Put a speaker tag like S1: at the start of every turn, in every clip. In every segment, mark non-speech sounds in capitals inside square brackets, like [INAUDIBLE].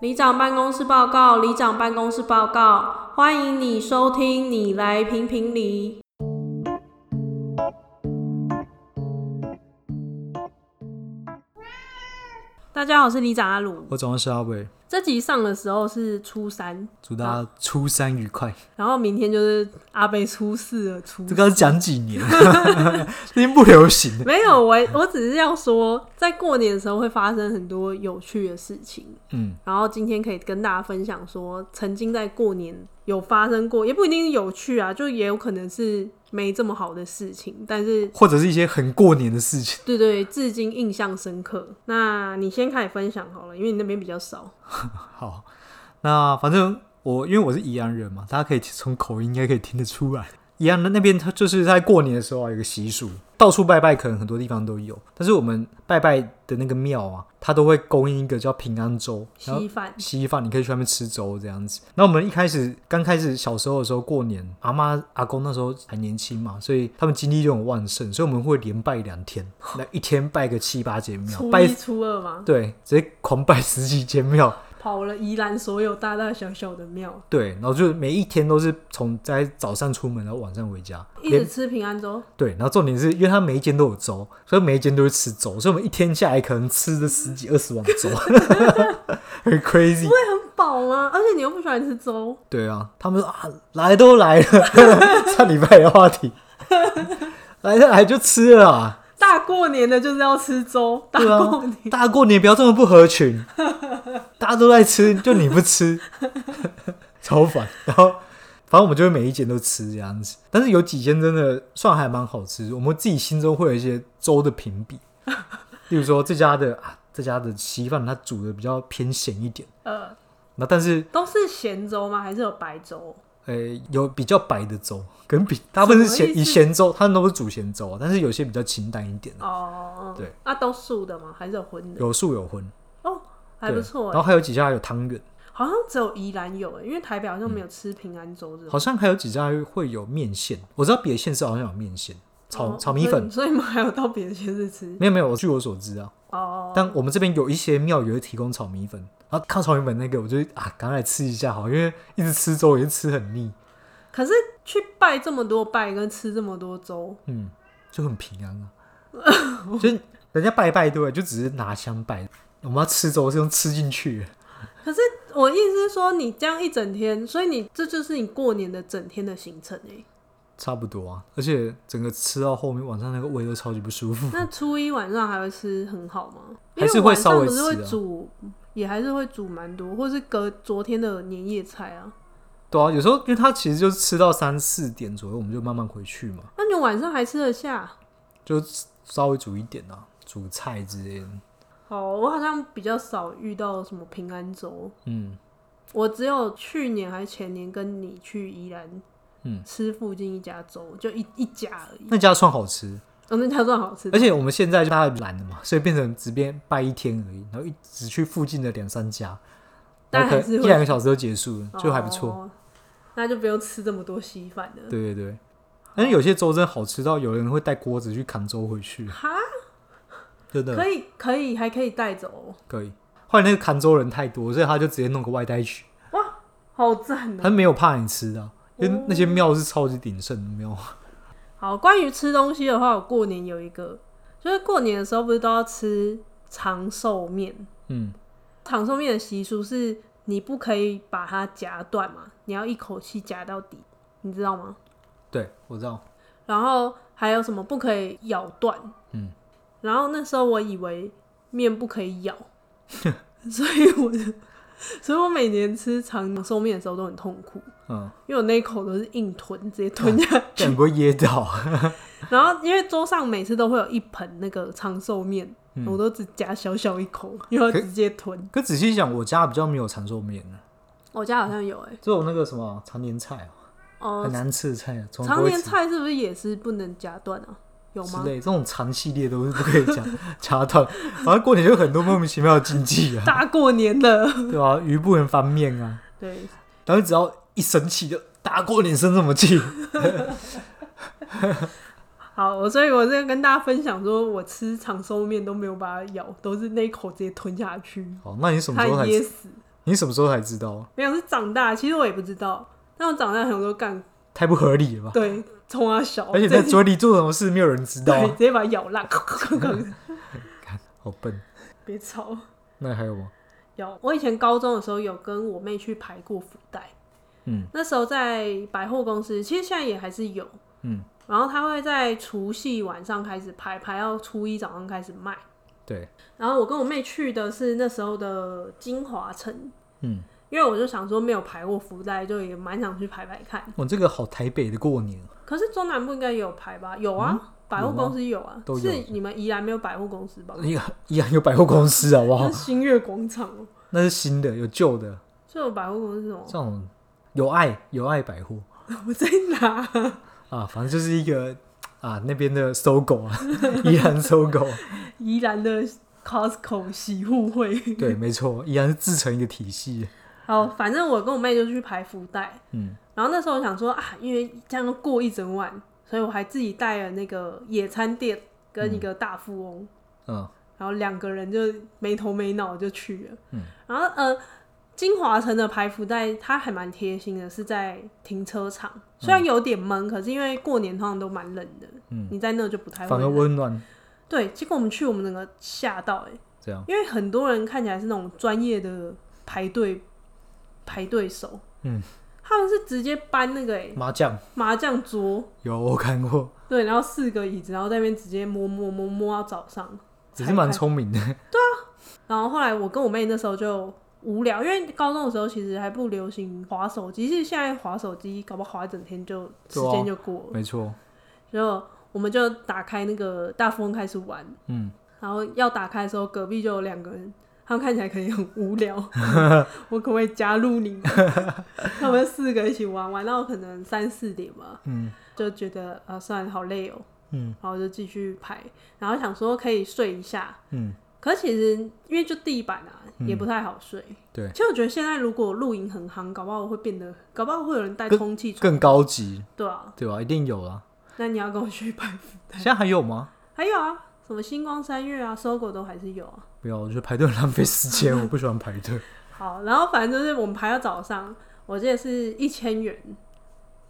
S1: 里长办公室报告，里长办公室报告，欢迎你收听，你来评评理。大家好，我是里长阿鲁。
S2: 我早上是阿伟，
S1: 这集上的时候是初三，
S2: 祝大家初三愉快。
S1: 然后明天就是阿贝初四了。初
S2: 这个要讲几年？ [LAUGHS] 已经不流行了。
S1: [LAUGHS] 没有我，我只是要说，在过年的时候会发生很多有趣的事情。
S2: 嗯，
S1: 然后今天可以跟大家分享说，曾经在过年有发生过，也不一定有趣啊，就也有可能是没这么好的事情，但是
S2: 或者是一些很过年的事情。
S1: 对对，至今印象深刻。那你先开始分享好了，因为你那边比较少。
S2: 好，那反正我因为我是宜安人嘛，大家可以从口音应该可以听得出来。宜安的那边，它就是在过年的时候啊，有一个习俗，到处拜拜，可能很多地方都有。但是我们拜拜的那个庙啊，它都会供应一个叫平安粥，然后
S1: 稀饭，
S2: 稀饭，你可以去外面吃粥这样子。那我们一开始刚开始小时候的时候过年，阿妈阿公那时候还年轻嘛，所以他们精力就很旺盛，所以我们会连拜两天，来一天拜个七八间庙，
S1: 初
S2: 拜
S1: 一初二嘛，
S2: 对，直接狂拜十几间庙，
S1: 跑了宜兰所有大大小小的庙，
S2: 对，然后就是每一天都是从在早上出门，然后晚上回家，
S1: 一直吃平安粥，
S2: 对，然后重点是因为他每一间都有粥，所以每一间都会吃粥，所以我们一天下来可能吃了十几二十碗粥， [LAUGHS] 很 crazy。
S1: 很饱吗？而且你又不喜欢吃粥，
S2: 对啊，他们说啊，来都来了， [LAUGHS] 上礼拜的话题， [LAUGHS] 来就来就吃了啊，
S1: 大过年的就是要吃粥，大
S2: 对啊
S1: 过年。， [LAUGHS]
S2: 大过年不要这么不合群， [LAUGHS] 大家都在吃，就你不吃， [LAUGHS] 超烦。然后反正我们就会每一间都吃这样子，但是有几间真的算还蛮好吃，我们自己心中会有一些粥的评比， [LAUGHS] 例如说这家的啊，这家的稀饭它煮的比较偏咸一点，
S1: 呃，
S2: 那但是
S1: 都是咸粥吗？还是有白粥？
S2: 呃，有比较白的粥，跟比大部分是
S1: 什么意
S2: 咸
S1: 思
S2: 以咸粥，他们都是煮咸粥啊，但是有些比较清淡一点的，
S1: 哦，
S2: 对，
S1: 啊，都素的吗？还是有荤的？
S2: 有素有荤，
S1: 哦，还
S2: 对
S1: 不错
S2: 然
S1: 欸，
S2: 后还有几家有汤圆，
S1: 好像只有宜兰有欸，因为台北好像没有吃平安粥这种。
S2: 嗯好像还有几家会有面线，我知道别的县市好像有面线，炒
S1: 哦
S2: 炒米粉，
S1: 所以所以你 [LAUGHS] 们还有到别的县市吃
S2: 没有没有，我据我所知啊，
S1: 哦。
S2: 但我们这边有一些庙也会提供炒米粉，然后看炒米粉那个，我就啊，赶快来吃一下好，因为一直吃粥也是吃很腻，
S1: 可是去拜这么多拜跟吃这么多粥，
S2: 嗯，就很平安啊，
S1: [LAUGHS]
S2: 就是人家拜拜对不对，就只是拿香拜，我们要吃粥是用吃进去的。
S1: 可是我意思是说，你这样一整天，所以你这就是你过年的整天的行程哎。
S2: 差不多啊，而且整个吃到后面晚上那个胃都超级不舒服。 [LAUGHS]
S1: 那初一晚上还会吃很好吗？因
S2: 还
S1: 为
S2: 是会
S1: 晚上
S2: 稍微
S1: 不是会
S2: 吃啊
S1: 煮，也还是会煮蛮多，或是隔昨天的年夜菜啊。
S2: 对啊，有时候因为它其实就是吃到三四点左右，我们就慢慢回去嘛，
S1: 那你晚上还吃得下？
S2: 就稍微煮一点啊，煮菜之类的。
S1: 好，我好像比较少遇到什么平安粥，
S2: 嗯，
S1: 我只有去年还是前年跟你去宜兰，
S2: 嗯，
S1: 吃附近一家粥，就一一家而已。
S2: 那家算好吃，
S1: 哦，那家算好吃
S2: 而，且我们现在就大家懒了嘛，所以变成只变拜一天而已，然后一只去附近的两三家，然
S1: 但
S2: 后
S1: 还
S2: 可能
S1: 是
S2: 一
S1: 会
S2: 两个小时就结束了，就还不错。
S1: 哦那就不用吃这么多稀饭了。
S2: 对对对，但是有些粥真的好吃到有人会带锅子去扛粥回去，
S1: 哈，
S2: 真的
S1: 可以可以，还可以带走哦，
S2: 可以。后来那个扛粥人太多，所以他就直接弄个外带去。
S1: 好赞哦
S2: 他没有怕你吃的啊，因为那些庙是超级鼎盛的庙。 [LAUGHS]
S1: 好，关于吃东西的话，我过年有一个，就是过年的时候不是都要吃长寿面？
S2: 嗯，
S1: 长寿面的习俗是你不可以把它夹断嘛，你要一口气夹到底，你知道吗？
S2: 对，我知道。
S1: 然后还有什么不可以咬断？
S2: 嗯，
S1: 然后那时候我以为面不可以咬， [LAUGHS] 所以我就，所以我每年吃长寿面的时候都很痛苦，
S2: 嗯，
S1: 因为我那一口都是硬吞，直接吞下去。
S2: 但你不会噎到啊。 [LAUGHS]
S1: 然后因为桌上每次都会有一盆那个长寿面，我都只夹小小一口，因为我
S2: 嗯可
S1: 直接吞。
S2: 可仔细想，我家比较没有长寿面，
S1: 我家好像有哎、
S2: 只有那个什么常年菜啊，很
S1: 哦、
S2: 难吃的菜啊，从来
S1: 常
S2: 不会
S1: 年
S2: 吃
S1: 菜是不是也是不能夹断啊？有
S2: 之
S1: 吗？
S2: 类，这种长系列都是不可以 [LAUGHS] 夹夹断。然后过年就很多莫名其妙的禁忌啊，
S1: 大过年 [LAUGHS] 的，
S2: 对吧、鱼不能翻面啊，
S1: 对，
S2: 然后只要一生气就大过年生什么气？ [LAUGHS]
S1: 好，我所以我在跟大家分享说，我吃长寿面都没有把它咬，都是那一口直接吞下去，
S2: 哦，那你什么
S1: 它
S2: 时候才
S1: 噎
S2: 吃？
S1: 死。
S2: 你什么时候才知道？
S1: 没有是长大，其实我也不知道。但我长大很多干
S2: 太不合理了吧？
S1: 对，冲啊小，
S2: 啊而且在
S1: 在
S2: 嘴里做什么事，没有人知道啊、 [LAUGHS]
S1: 对，直接把它咬烂， [LAUGHS]
S2: 好笨。
S1: 别吵。
S2: 那还有吗？
S1: 有，我以前高中的时候有跟我妹去排过福袋，
S2: 嗯，
S1: 那时候在百货公司，其实现在也还是有，
S2: 嗯，
S1: 然后他会在除夕晚上开始排，排到初一早上开始卖。
S2: 对，
S1: 然后我跟我妹去的是那时候的金华城，
S2: 嗯，
S1: 因为我就想说没有排过福袋，就也蛮想去排排看。
S2: 我这个好台北的过年啊，
S1: 可是中南部应该也有排吧？有啊，百货公司有啊，
S2: 嗯都有哦
S1: 是你们宜兰没有百货公司
S2: [LAUGHS]
S1: 吧？
S2: 依然依然有百货公司好不好 [LAUGHS]
S1: 那？是新月广场哦，
S2: 那是新的，有旧的，
S1: 这有百货公司哦
S2: 这，种有爱有爱百货
S1: 我在哪？
S2: 啊，反正就是一个啊那边的搜狗啊， [LAUGHS] 依然搜狗，
S1: 宜兰的 Costco 洗护会。 [LAUGHS]
S2: 对，没错，依然是自成一个体系，
S1: 好，反正我跟我妹就去排福袋，
S2: 嗯，
S1: 然后那时候我想说啊，因为这样过一整晚，所以我还自己带了那个野餐垫跟一个大富翁，
S2: 嗯
S1: 然后两个人就没头没脑就去了。
S2: 嗯，
S1: 然后呃，金华城的排福袋它还蛮贴心的，是在停车场，虽然有点闷，可是因为过年通常都蛮冷的，
S2: 嗯，
S1: 你在那就不太会
S2: 反而
S1: 冷。
S2: 温暖
S1: 对，结果我们去，我们整个吓到哎、欸
S2: 这样，
S1: 因为很多人看起来是那种专业的排队排队手，
S2: 嗯，
S1: 他们是直接搬那个、欸、
S2: 麻将
S1: 麻将桌，
S2: 有我看过，
S1: 对，然后四个椅子，然后在那边直接摸摸摸摸到早上，
S2: 也是蛮
S1: 才开
S2: 聪明的，
S1: 然后后来我跟我妹那时候就无聊，因为高中的时候其实还不流行滑手机，其实现在滑手机搞不好滑一整天就时
S2: 对啊
S1: 间就过了，
S2: 没错，
S1: 然后我们就打开那个大富翁开始玩，
S2: 嗯，
S1: 然后要打开的时候，隔壁就有两个人，他们看起来可能很无
S2: [LAUGHS]
S1: 聊，我可不可以加入你们？他们四个一起玩，玩到可能三四点吧，
S2: 嗯
S1: 就觉得啊，算了，好累哦，
S2: 嗯
S1: 然后就继续排，然后想说可以睡一下，
S2: 嗯，
S1: 可是其实因为就地板啊，也不太好睡。
S2: 对
S1: 其实我觉得现在如果露营很夯，搞不好会变得，搞不好会有人带空气床，
S2: 更高级，
S1: 对啊，
S2: 对吧？一定有啦，
S1: 那你要跟我去排福袋
S2: 现，在还有吗？
S1: 还有啊，什么星光三月啊，搜狗都还是有啊。
S2: 不要，我觉得排队很浪费时间， [LAUGHS] 我不喜欢排队。
S1: 好，然后反正就是我们排到早上，我记得是一千元，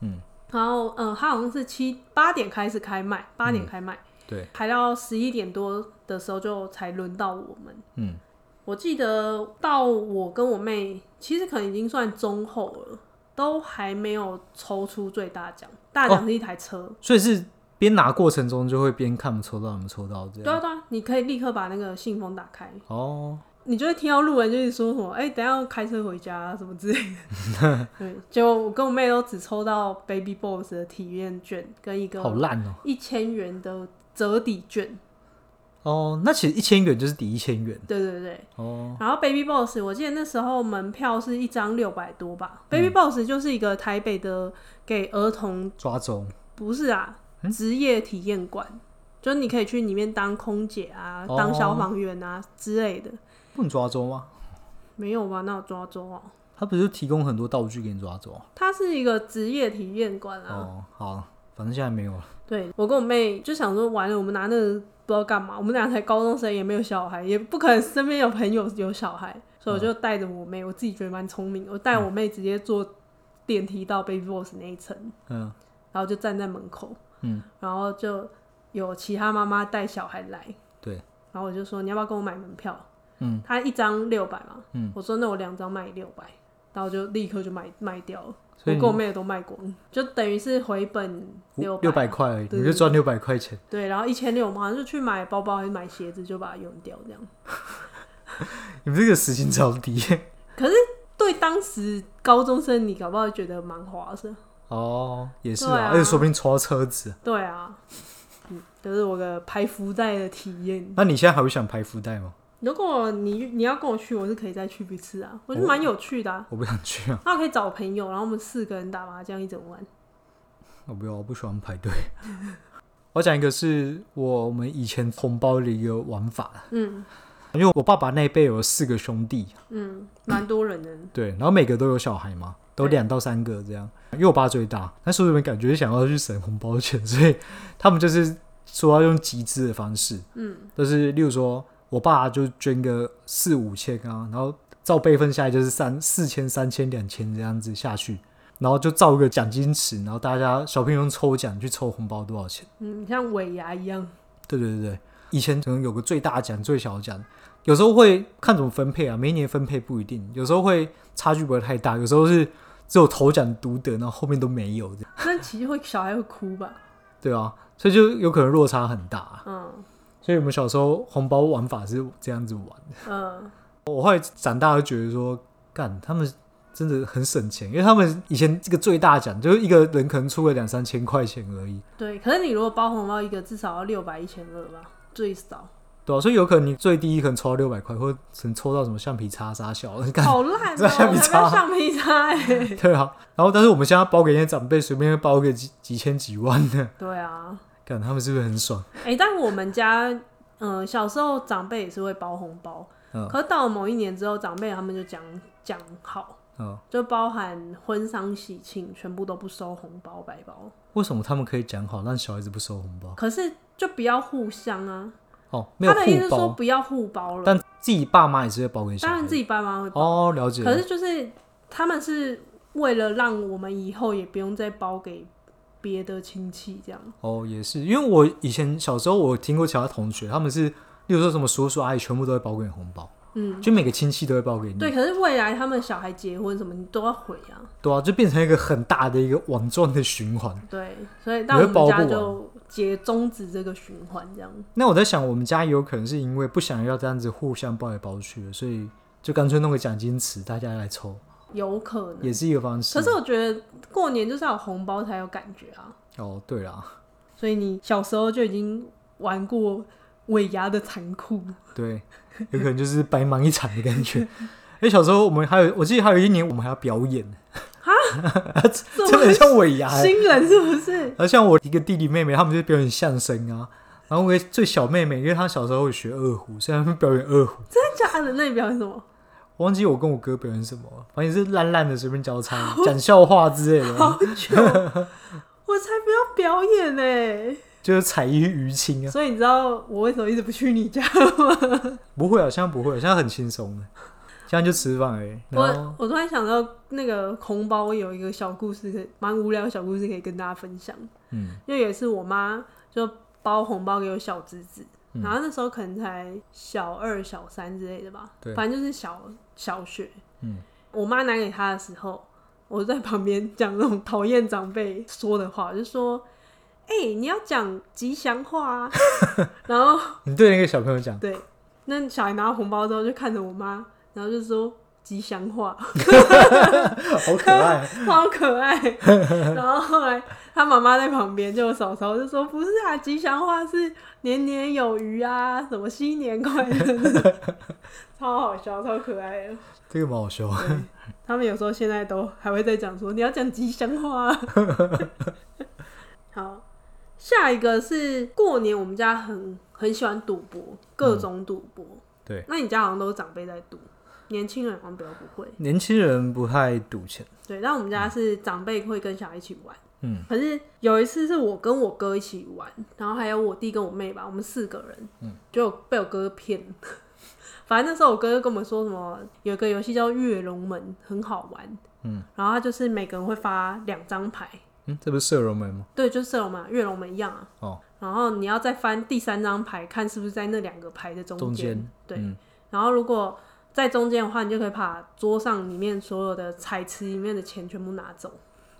S2: 嗯，
S1: 然后嗯，它好像是七八点开始开卖，八点开卖，
S2: 嗯对，
S1: 排到十一点多的时候就才轮到我们。
S2: 嗯，
S1: 我记得到我跟我妹，其实可能已经算中后了，都还没有抽出最大奖，大
S2: 哦
S1: 奖是一台车。
S2: 所以是边拿过程中就会边看我们抽到，我们抽到这
S1: 对
S2: 样。
S1: 啊对啊，你可以立刻把那个信封打开，
S2: 哦，
S1: 你就会听到路人就是说什么，哎、等一下要开车回家、啊、什么之类的。 [LAUGHS] 对，结果我跟我妹都只抽到 Baby Boss 的体验券跟一
S2: 好
S1: 个
S2: 烂哦。
S1: 一千元的折抵券。
S2: 哦，那其实一千元就是抵一千元
S1: 对对对，
S2: 哦。
S1: 然后 Baby Boss 我记得那时候门票是一张六百多吧。Baby
S2: 嗯
S1: Boss 就是一个台北的给儿童，
S2: 抓周
S1: 不是啊，
S2: 嗯
S1: 职业体验馆。就是你可以去里面当空姐啊，
S2: 哦
S1: 当消防员啊之类的，
S2: 不能抓周吗？
S1: 没有吧？那有抓周哦、
S2: 他不是提供很多道具给你抓周？
S1: 它是一个职业体验馆啊，
S2: 哦，好，反正现在没有了。
S1: 对我跟我妹就想说，完了，我们拿那个不知道干嘛，我们俩才高中生，也没有小孩，也不可能身边有朋友有小孩，
S2: 嗯
S1: 所以我就带着我妹，我自己觉得蛮聪明，我带我妹直接坐电梯到 Baby Boss 那一层，
S2: 嗯
S1: 然后就站在门口，
S2: 嗯，
S1: 然后就有其他妈妈带小孩来，
S2: 对，
S1: 然后我就说你要不要跟我买门票？
S2: 嗯，
S1: 她一张六百嘛，
S2: 嗯，
S1: 我说那我两张卖六百，然后就立刻就卖卖掉了，我
S2: 所
S1: 跟
S2: 以你
S1: 我妹都卖光，就等于是回本六
S2: 六百块而已，
S1: 对
S2: 你就赚六百块钱，
S1: 对，然后一千六，我们好像就去买包包还是买鞋子，就把它用掉这样。
S2: 你们这个时薪超低 [LAUGHS]
S1: 对，当时高中生你搞不好觉得蛮划算。
S2: 哦，也是
S1: 对啊
S2: 啊，而且说不定抽到车子。
S1: 对啊，嗯，就是我的排福袋的体验。
S2: 那你现在还会想排福袋吗？
S1: 如果你你要跟我去，我是可以再去一次啊，我觉得
S2: 哦
S1: 蛮有趣的啊。
S2: 我不想去啊，
S1: 那我可以找朋友，然后我们四个人打麻将一整晚。
S2: 我不要，哦我不喜欢排队。 [LAUGHS] 我讲一个是我们以前红包的一个玩法，
S1: 嗯
S2: 因为我爸爸那一辈有四个兄弟，
S1: 嗯，蛮多人的。
S2: 对，然后每个都有小孩嘛，都
S1: 对
S2: 两到三个这样。因为我爸最大，但叔叔们感觉想要去省红包钱，所以他们就是说要用集资的方式，
S1: 嗯
S2: 就是例如说我爸就捐个四五千啊，然后照备份下来就是三四千、三千、两千这样子下去，然后就照个奖金池，然后大家小朋友抽奖去抽红包多少钱？
S1: 嗯，像尾牙一样，
S2: 对对对对，以前可能有个最大奖、最小奖，有时候会看怎么分配啊，每一年分配不一定，有时候会差距不会太大，有时候是只有头奖独得，然后后面都没有这样，
S1: 那其实会小孩会哭吧？
S2: 对啊，所以就有可能落差很大、啊。
S1: 嗯
S2: 所以我们小时候红包玩法是这样子玩的。
S1: 嗯，
S2: 我后来长大就觉得说，干他们真的很省钱，因为他们以前这个最大奖就是一个人可能出个两三千块钱而已，
S1: 对。可是你如果包红包一个，至少要六百一千二吧，最少。
S2: 对啊？所以有可能你最低可能抽到六百块，或者可能抽到什么橡皮擦啥小的，干
S1: 好烂
S2: 这
S1: 哦、
S2: 橡
S1: 还
S2: 皮
S1: 没
S2: 擦
S1: 橡皮擦哎、
S2: 对啊。然后但是我们现在包给那些长辈，随便包个几几千几万的，
S1: [LAUGHS] 对啊，
S2: 干他们是不是很爽？
S1: 哎、但我们家，嗯、小时候长辈也是会包红包，
S2: 嗯
S1: 可是到了某一年之后，长辈他们就讲讲好，
S2: 嗯，
S1: 就包含婚丧喜庆，全部都不收红包白包。
S2: 为什么他们可以讲好，但小孩子不收红包？
S1: 可是就不要互相啊，
S2: 哦，没有
S1: 他的意思
S2: 互
S1: 是说
S2: 包，
S1: 不要互包了。
S2: 但自己爸妈也是会包给小
S1: 当
S2: 孩
S1: 然自己爸妈会包，
S2: 哦，了解。
S1: 可是就是他们是为了让我们以后也不用再包给别的亲戚这样。
S2: 哦，也是，因为我以前小时候我听过其他同学，他们是，例如说什么叔叔阿姨，全部都会包给你红包，
S1: 嗯，
S2: 就每个亲戚都会包给你，
S1: 对。可是未来他们小孩结婚什么，你都要回啊。
S2: 对啊，就变成一个很大的一个网状的循环。
S1: 对，所以但
S2: 你
S1: 我
S2: 会包啊
S1: 们
S2: 不完
S1: 家就结终止这个循环这样。
S2: 那我在想，我们家也有可能是因为不想要这样子互相包来包去的，所以就干脆弄个奖金池，大家来抽，
S1: 有可能。
S2: 也是一个方式。
S1: 可是我觉得过年就是要有红包才有感觉啊，
S2: 哦，对啦，
S1: 所以你小时候就已经玩过尾牙的残酷，
S2: 对，有可能就是白忙一场的感觉。 [LAUGHS] 因为小时候我们还有，我记得还有一年我们还要表演，
S1: 这
S2: [LAUGHS] 真
S1: 么
S2: 的很像尾牙欸、
S1: 新人是不是？
S2: 而像我一个弟弟妹妹，他们就表演相声啊。然后我一个最小妹妹，因为她小时候会学二胡，所以他们表演二胡。
S1: 真的假的？那你表演什么？
S2: 我忘记我跟我哥表演什么了，反正也是烂烂的，随便交叉讲笑话之类
S1: [LAUGHS]
S2: 的，
S1: 好久，我才不要表演呢、
S2: [LAUGHS] 就是彩衣娱亲啊。
S1: 所以你知道我为什么一直不去你家吗？
S2: 不会啊，现在不会、啊，现在很轻松的，现在就吃饭而已。然后
S1: 我我突然想到那个红包，我有一个小故事，可以蛮无聊的小故事可以跟大家分享。
S2: 嗯，
S1: 因为有一次我妈就包红包给我小侄子，
S2: 嗯
S1: 然后那时候可能才小二、小三之类的吧，
S2: 对
S1: 反正就是小小学。
S2: 嗯，
S1: 我妈拿给他的时候，我在旁边讲那种讨厌长辈说的话，我就说：“哎、你要讲吉祥话
S2: [LAUGHS]
S1: 啊。”然后
S2: 你对那个小朋
S1: [LAUGHS]
S2: 友讲，
S1: 对，那小孩拿到红包之后就看着我妈，然后就说。吉祥话，
S2: 好可爱，
S1: [LAUGHS] 好可爱。然后后来他妈妈在旁边，就我嫂嫂就说：“不是啊，吉祥话是年年有余啊，什么新年快乐， [LAUGHS] 超好笑，超可爱的。
S2: 这个蛮
S1: [LAUGHS]
S2: 好笑。
S1: 对”他们有时候现在都还会在讲说：“你要讲吉祥话 [LAUGHS] 啊。”好，下一个是过年，我们家很很喜欢赌博，各种赌博。
S2: 对，
S1: 那你家好像都是长辈在赌，年轻人好像比较不会。
S2: 年轻人不太赌钱，
S1: 对，但我们家是长辈会跟小孩一起玩。
S2: 嗯，
S1: 可是有一次是我跟我哥一起玩，然后还有我弟跟我妹吧，我们四个人，嗯， [LAUGHS] 就被我哥骗。 [LAUGHS] 反正那时候我哥就跟我们说什么，有一个游戏叫跃龙门，很好玩，
S2: 嗯，
S1: 然后他就是每个人会发两张牌，
S2: 嗯，这不是射龙门吗？
S1: 对，就是射龙门、跃龙门一样啊。
S2: 哦，
S1: 然后你要再翻第三张牌，看是不是在那两个牌的中
S2: 中
S1: 间
S2: 间，，
S1: 对。
S2: 嗯
S1: 然后如果在中间的话，你就可以把桌上里面所有的彩池里面的钱全部拿走。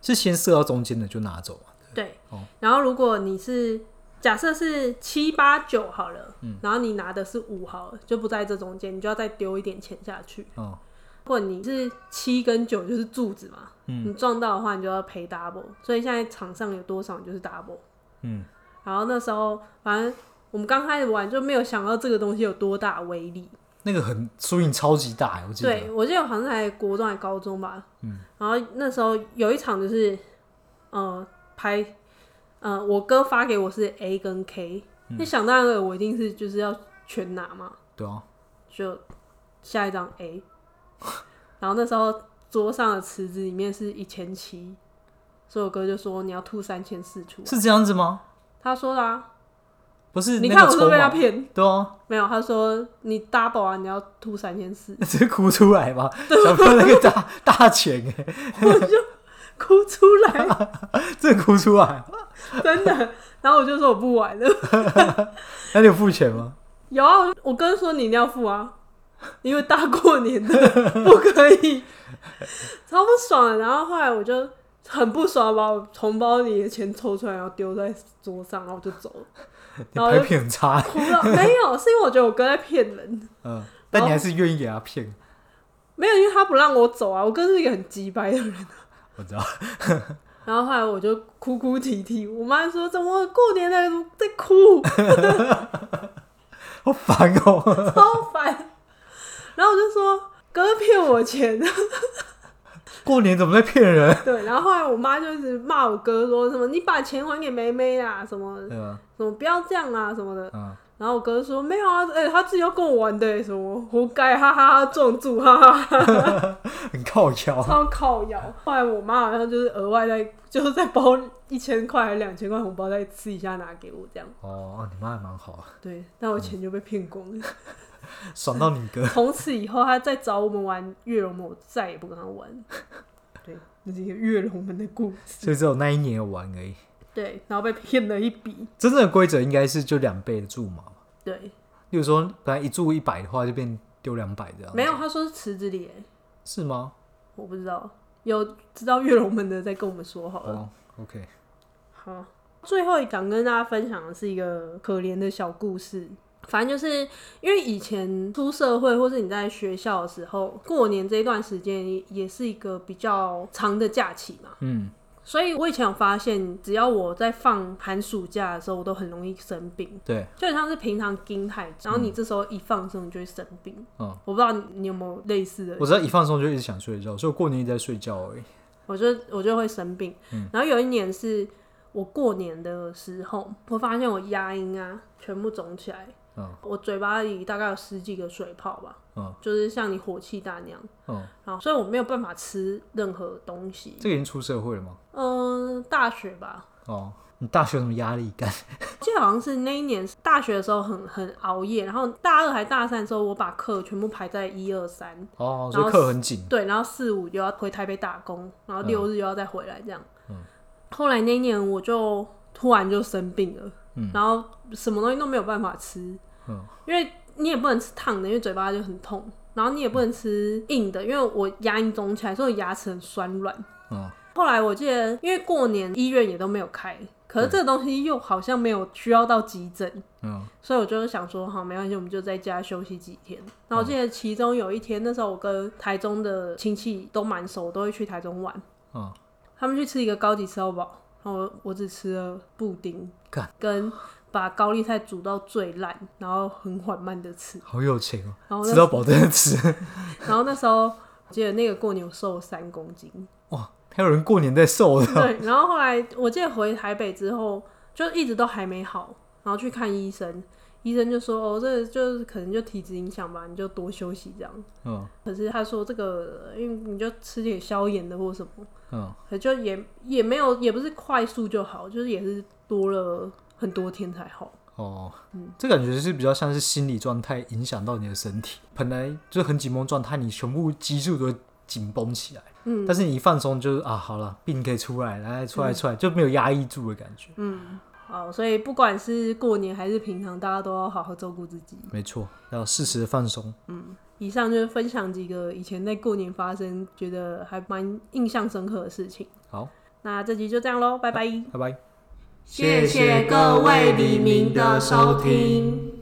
S2: 是先射到中间的就拿走啊。
S1: 对，
S2: 哦
S1: 然后如果你是假设是七八九好了，然后你拿的是五好了，就不在这中间，你就要再丢一点钱下去。
S2: 哦，
S1: 如果你是七跟九就是柱子嘛，你撞到的话你就要赔 double，所以现在场上有多少你就是 double。
S2: 嗯，
S1: 然后那时候反正我们刚开始玩就没有想到这个东西有多大威力，
S2: 那个很输赢超级大，我记得。
S1: 对，我记得好像是还国中还高中吧。嗯。然后那时候有一场就是，呃，拍，呃，我哥发给我是 A 跟 K，那、
S2: 嗯
S1: 想当然了，我一定是就是要全拿嘛，
S2: 对啊，
S1: 就下一张
S2: [LAUGHS]
S1: A。然后那时候桌上的池子里面是一千七，所以我哥就说你要吐三千四出来，
S2: 是这样子吗？
S1: 他说的啊，
S2: 不不是
S1: 你
S2: 那
S1: 看我
S2: 个
S1: 是不
S2: 筹
S1: 是被他
S2: 码，
S1: 骗，
S2: 对啊， [LAUGHS]
S1: 没有，他说你 double 啊，你要吐三千四， [LAUGHS]
S2: 只是哭出来嘛，小朋友那个大大钱哎、
S1: 哭出
S2: [LAUGHS]
S1: 来，
S2: 真的哭出来，
S1: 真的。然后我就说我不玩了。
S2: 那你有付钱吗？
S1: 有啊，我我跟说你一定要付啊， [LAUGHS] 因为大过年的不可以，超不爽的。然后后来我就很不爽，把我红包里的钱抽出来，然后丢在桌上，然后我就走了。
S2: 你
S1: 然后
S2: 拍
S1: 就
S2: 片很差，
S1: 哭了， [LAUGHS] 没有，是因为我觉得我哥在骗人，
S2: 嗯，但你还是愿意给他骗，
S1: 没有，因为他不让我走啊。我哥是一个很急掰的人。
S2: 我知道，
S1: 然后后来我就哭哭啼啼，我妈说怎么过年了在哭，
S2: 好烦哦、
S1: 超烦。然后我就说哥骗我钱，
S2: 过年怎么在骗人？
S1: 对。然后后来我妈就一直骂我哥说什么你把钱还给梅梅啊，什么
S2: 对吧？
S1: 什么不要这样啊什么的。
S2: 嗯，
S1: 然后我哥说没有啊，哎、他自己要跟我玩的、欸什么活该，哈哈哈撞住，哈哈哈，
S2: 很靠哦腰，
S1: 超靠摇。后来我妈好像就是额外在就是在包一千块还两千块红包再吃一下拿给我这样，
S2: 哦，你妈还蛮好，
S1: 对。但我钱就被骗光了。
S2: 爽到你哥，
S1: 从此以后，他再找我们玩月龙门，我再也不跟他玩。对，这是一个月龙门的故事。
S2: 所以只有那一年有玩而已。
S1: 对，然后被骗了一笔。
S2: 真正的规则应该是就两倍的注码嘛，
S1: 对，
S2: 例如说本来一注一百的话，就变丢两百这样，
S1: 没有，他说是池子里耶，
S2: 是吗？
S1: 我不知道。有知道月龙门的再跟我们说好了。
S2: 哦，OK，
S1: 好，最后想跟大家分享的是一个可怜的小故事。反正就是因为以前出社会或是你在学校的时候，过年这段时间也是一个比较长的假期嘛。
S2: 嗯，
S1: 所以我以前有发现，只要我在放寒暑假的时候，我都很容易生病，
S2: 对，
S1: 就很像是平常盯太，然后你这时候一放松，你就会生病。
S2: 嗯，
S1: 我不知道你你有没有类似的，
S2: 我知道一放松就一直想睡觉，所以我过年一直在睡觉而已。
S1: 我就我就会生病。然后有一年是我过年的时候，我发现我牙龈啊全部肿起来，
S2: 嗯
S1: 我嘴巴里大概有十几个水泡吧，
S2: 嗯
S1: 就是像你火气大那样，
S2: 嗯，
S1: 然后所以我没有办法吃任何东西。
S2: 这个已经出社会了吗？
S1: 嗯、大学吧，
S2: 哦，你大学有什么压力感？
S1: 记得好像是那一年大学的时候很很熬夜，然后大二还大三的时候，我把课全部排在一二三，
S2: 哦，
S1: 然后
S2: 所以课很紧，
S1: 对，然后四五又要回台北打工，然后六日又要再回来这样。后来那一年我就突然就生病了，然后什么东西都没有办法吃，
S2: 嗯
S1: 因为你也不能吃烫的，因为嘴巴就很痛，然后你也不能吃硬的，因为我牙龈肿起来，所以我牙齿很酸软。
S2: 嗯，
S1: 后来我记得，因为过年医院也都没有开，可是这个东西又好像没有需要到急诊，
S2: 嗯
S1: 所以我就想说，好，没关系，我们就在家休息几天。然后我记得其中有一天，那时候我跟台中的亲戚都蛮熟，都会去台中玩。
S2: 嗯，
S1: 他们去吃一个高级烧堡，然后我我只吃了布丁
S2: 干，
S1: 跟把高丽菜煮到最烂，然后很缓慢的吃。
S2: 好有钱哦，
S1: 然后
S2: 吃
S1: 那
S2: 到饱真的吃。
S1: 然后那时候我记得那个过年我瘦了三公斤，
S2: 哇，还有人过年在瘦的，
S1: 对，然后后来我记得回台北之后，就一直都还没好，然后去看医生，医生就说：“哦，这就是可能就体质影响吧，你就多休息这样。
S2: 嗯”
S1: 可是他说这个，因为你就吃点消炎的或什么，
S2: [LAUGHS] 嗯，
S1: 可就也也没有，也不是快速就好，就是也是多了很多天才好。
S2: 哦，
S1: 嗯
S2: 这感觉是比较像是心理状态影响到你的身体，本来就是很紧绷状态，你全部激素都紧绷起来。
S1: 嗯
S2: 但是你一放松，就是啊，好了，病可以出来，来出来出来，就没有压抑住的感觉。
S1: 嗯，好，所以不管是过年还是平常，大家都要好好照顾自己。
S2: 没错，要适时的放松。
S1: 以上就是分享几个以前在过年发生觉得还蛮印象深刻的事情。
S2: 好，
S1: 那这集就这样喽，拜拜。
S2: 拜拜。
S1: 谢谢各位黎明的收听。